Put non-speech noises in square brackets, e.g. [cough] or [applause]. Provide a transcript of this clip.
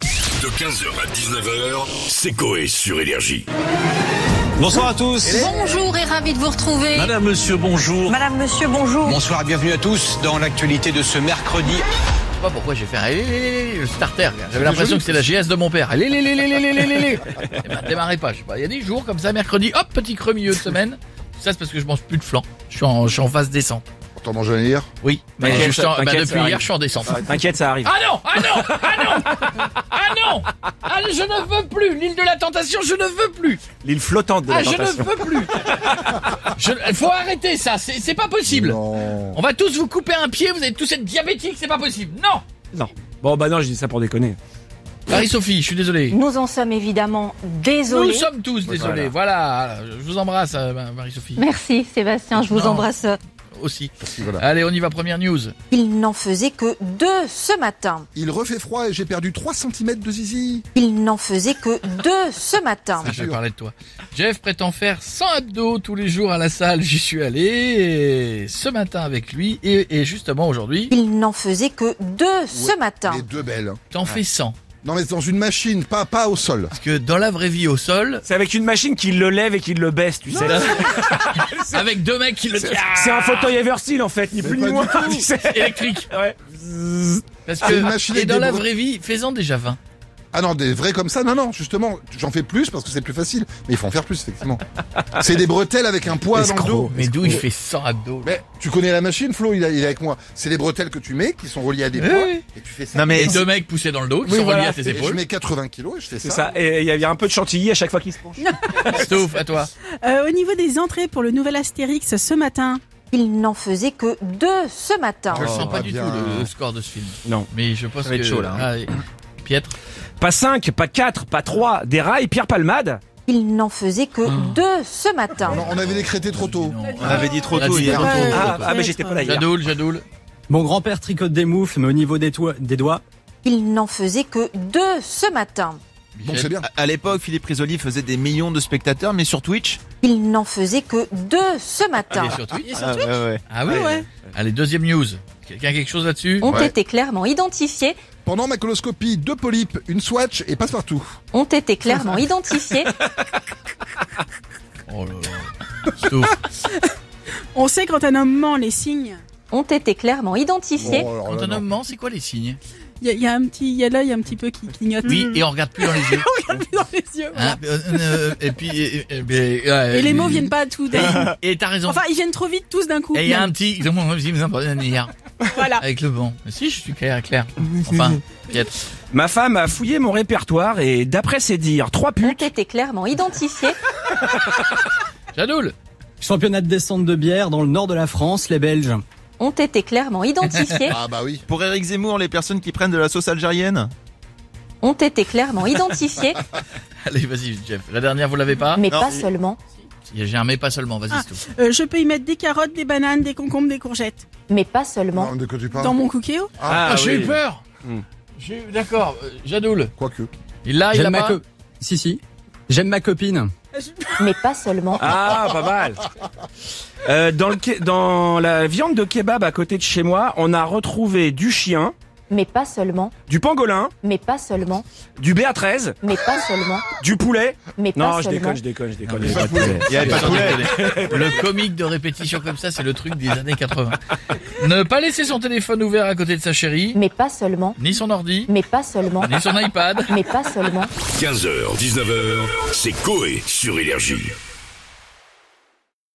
De 15h à 19h, c'est Coé sur Énergie. Bonsoir à tous. Bonjour et ravi de vous retrouver. Madame, monsieur, bonjour. Madame, monsieur, bonjour. Bonsoir et bienvenue à tous dans l'actualité de ce mercredi. Je sais pas pourquoi j'ai fait un lé, lé, lé, lé, le starter. là. J'avais l'impression que c'était la GS de mon père. Lé, lé, lé, lé, lé, lé, lé, lé, lé. [laughs] Eh ben, démarrez pas, je sais pas. Il y a des jours comme ça, mercredi, hop, petit creux milieu de semaine. Ça, c'est parce que je mange plus de flan. Je suis en, je suis en phase descente. T'en manges un hier Oui, mais T'inquiète, je suis en- t'inquiète, bah, ça depuis arrive. hier, je suis en descente. T'inquiète, ça arrive. Ah non, ah non, ah non, ah non, ah, je ne veux plus l'île de la tentation, je ne veux plus. L'île flottante de Ah, la je ne tentation. veux plus. Je- faut arrêter ça, c'est c'est pas possible. Non. On va tous vous couper un pied, vous allez tous être diabétiques, c'est pas possible. Non. Non. Bon, bah non, je dis ça pour déconner. Marie-Sophie, je suis désolé. Nous en sommes évidemment Nous désolés. sommes tous désolés. Voilà, je vous embrasse, euh, ma- Marie-Sophie. Merci Sébastien, je vous Non. embrasse. Aussi. Voilà. Allez, on y va, première news. Il n'en faisait que deux ce matin. Il refait froid et j'ai perdu 3 cm de zizi. Il n'en faisait que deux ce matin. Ah, Je vais parler de toi. Jeff prétend faire 100 abdos tous les jours à la salle. J'y suis allé et ce matin avec lui et, et justement aujourd'hui, Il n'en faisait que deux ce matin. Les deux belles. hein. t'en fais 100. Non mais dans une machine, pas, pas au sol. Parce que dans la vraie vie au sol, C'est avec une machine qui le lève et qui le baisse, tu sais. avec deux mecs qui le tiennent Ah, C'est un fauteuil Eversteel en fait, ni plus pas ni du moins. tout. [laughs] tu sais. électrique. Ouais. Parce C'est une que machine et avec dans des la bras. vraie vie, fais-en déjà 20. Ah non, des vrais comme ça, non, non, justement, j'en fais plus parce que c'est plus facile. Mais il faut en faire plus, effectivement. c'est des bretelles avec un poids dans le dos. Mais d'où il fait 100 abdos Mais tu connais la machine, Flo, il, a- il est avec moi. C'est des bretelles que tu mets qui sont reliées à des Oui, poids. oui. Et tu fais ça. Non mais Et deux mecs poussés dans le dos qui Oui, sont voilà. reliés à tes Et je épaules. mets 80 kilos et je fais C'est ça. ça. Et il y a- il y a un peu de chantilly à chaque fois qu'il se penche. Stouff, à toi. Euh, au niveau des entrées pour le nouvel Astérix ce matin, Il n'en faisait que deux ce matin. Je le sens Oh, pas du bien. tout le, le score de ce film. Non. Mais je pense Ça va être que- chaud, là, hein. Ah, et- Pietre, Pas 5, pas 4, pas 3, des rails, Pierre Palmade. Il n'en faisait que deux ce matin. Non, on avait décrété trop tôt. on avait dit trop Ah, tôt dis hier. donc. Euh, Ah, peut-être. ah, mais j'étais pas là hier. Jadoul, Jadoul. Mon grand-père tricote des moufles, mais au niveau des, toits- des doigts, Il n'en faisait que deux ce matin. Donc c'est bien. À- À l'époque, Philippe Risoli faisait des millions de spectateurs, mais sur Twitch. Il n'en faisait que deux ce matin. Il est sur Twitch. Ah, ouais, ouais. Ah euh, oui, ouais. Allez, deuxième news. Quelqu'un a quelque chose là-dessus Oh. Ont Ouais. été clairement identifiés, Pendant ma coloscopie, deux polypes, une swatch et passe-partout. ont été clairement identifiés. Oh là là. Stouff. on sait quand un homme ment les signes. Ont été clairement identifiés. Oh, alors là, Quand un non. homme ment, c'est quoi les signes Il y, a- il y a un petit, il y a l'œil un petit peu qui clignote. [laughs] Oui, Mm. et on regarde plus dans les yeux. On regarde plus dans les yeux. voilà. Hein, euh, euh, et puis. Et, et- et- ouais, Et les mots et- viennent pas [laughs] tout d'un. Et t'as raison. Enfin, ils viennent trop vite tous d'un coup. et il y a un même. petit. Ils ont mon petit, ils ont parlé d'un hier. Voilà. Avec le vent. Mais si, je suis clair, clair. Enfin, Pietre. Ma femme a fouillé mon répertoire et d'après ses dires, trois Ont putes. été clairement identifiés. Jadoul. championnat de descente de bière dans le nord de la France, les Belges. Ont été clairement identifiés. Ah bah oui. Pour Eric Zemmour, les personnes qui prennent de la sauce algérienne. Ont été clairement identifiés. Allez, vas-y, Jeff. La dernière, vous l'avez pas Mais Non. pas seulement. J'ai un mais pas seulement, vas-y, Ah. Stouff. Euh, je peux y mettre des carottes, des bananes, des concombres, des courgettes. Mais pas seulement. Non, de quoi tu parles Dans mon cookie Ah, j'ai oui. eu peur. Hmm. J'ai eu- D'accord, euh, Jadoul. Quoique. Il l'a, Ah, il J'aime l'a ma pas. co- Si, si. J'aime ma copine. Mais pas seulement. Ah, pas mal. Euh, dans, le, ke- dans la viande de kebab à côté de chez moi, on a retrouvé du chien, Mais pas seulement. du pangolin, Mais pas seulement. du BA13, Mais pas seulement. du poulet. Mais Non, pas je seulement. déconne, je déconne, je déconne. Non, il y avait pas de poulet. Il y avait pas de poulet. Ah, Le comique de répétition comme ça, c'est le truc des années 80. Ne pas laisser son téléphone ouvert à côté de sa chérie, Mais pas seulement. ni son ordi, Mais pas seulement. ni son iPad. Mais pas seulement. 15h, 19h, c'est Coé sur Énergie.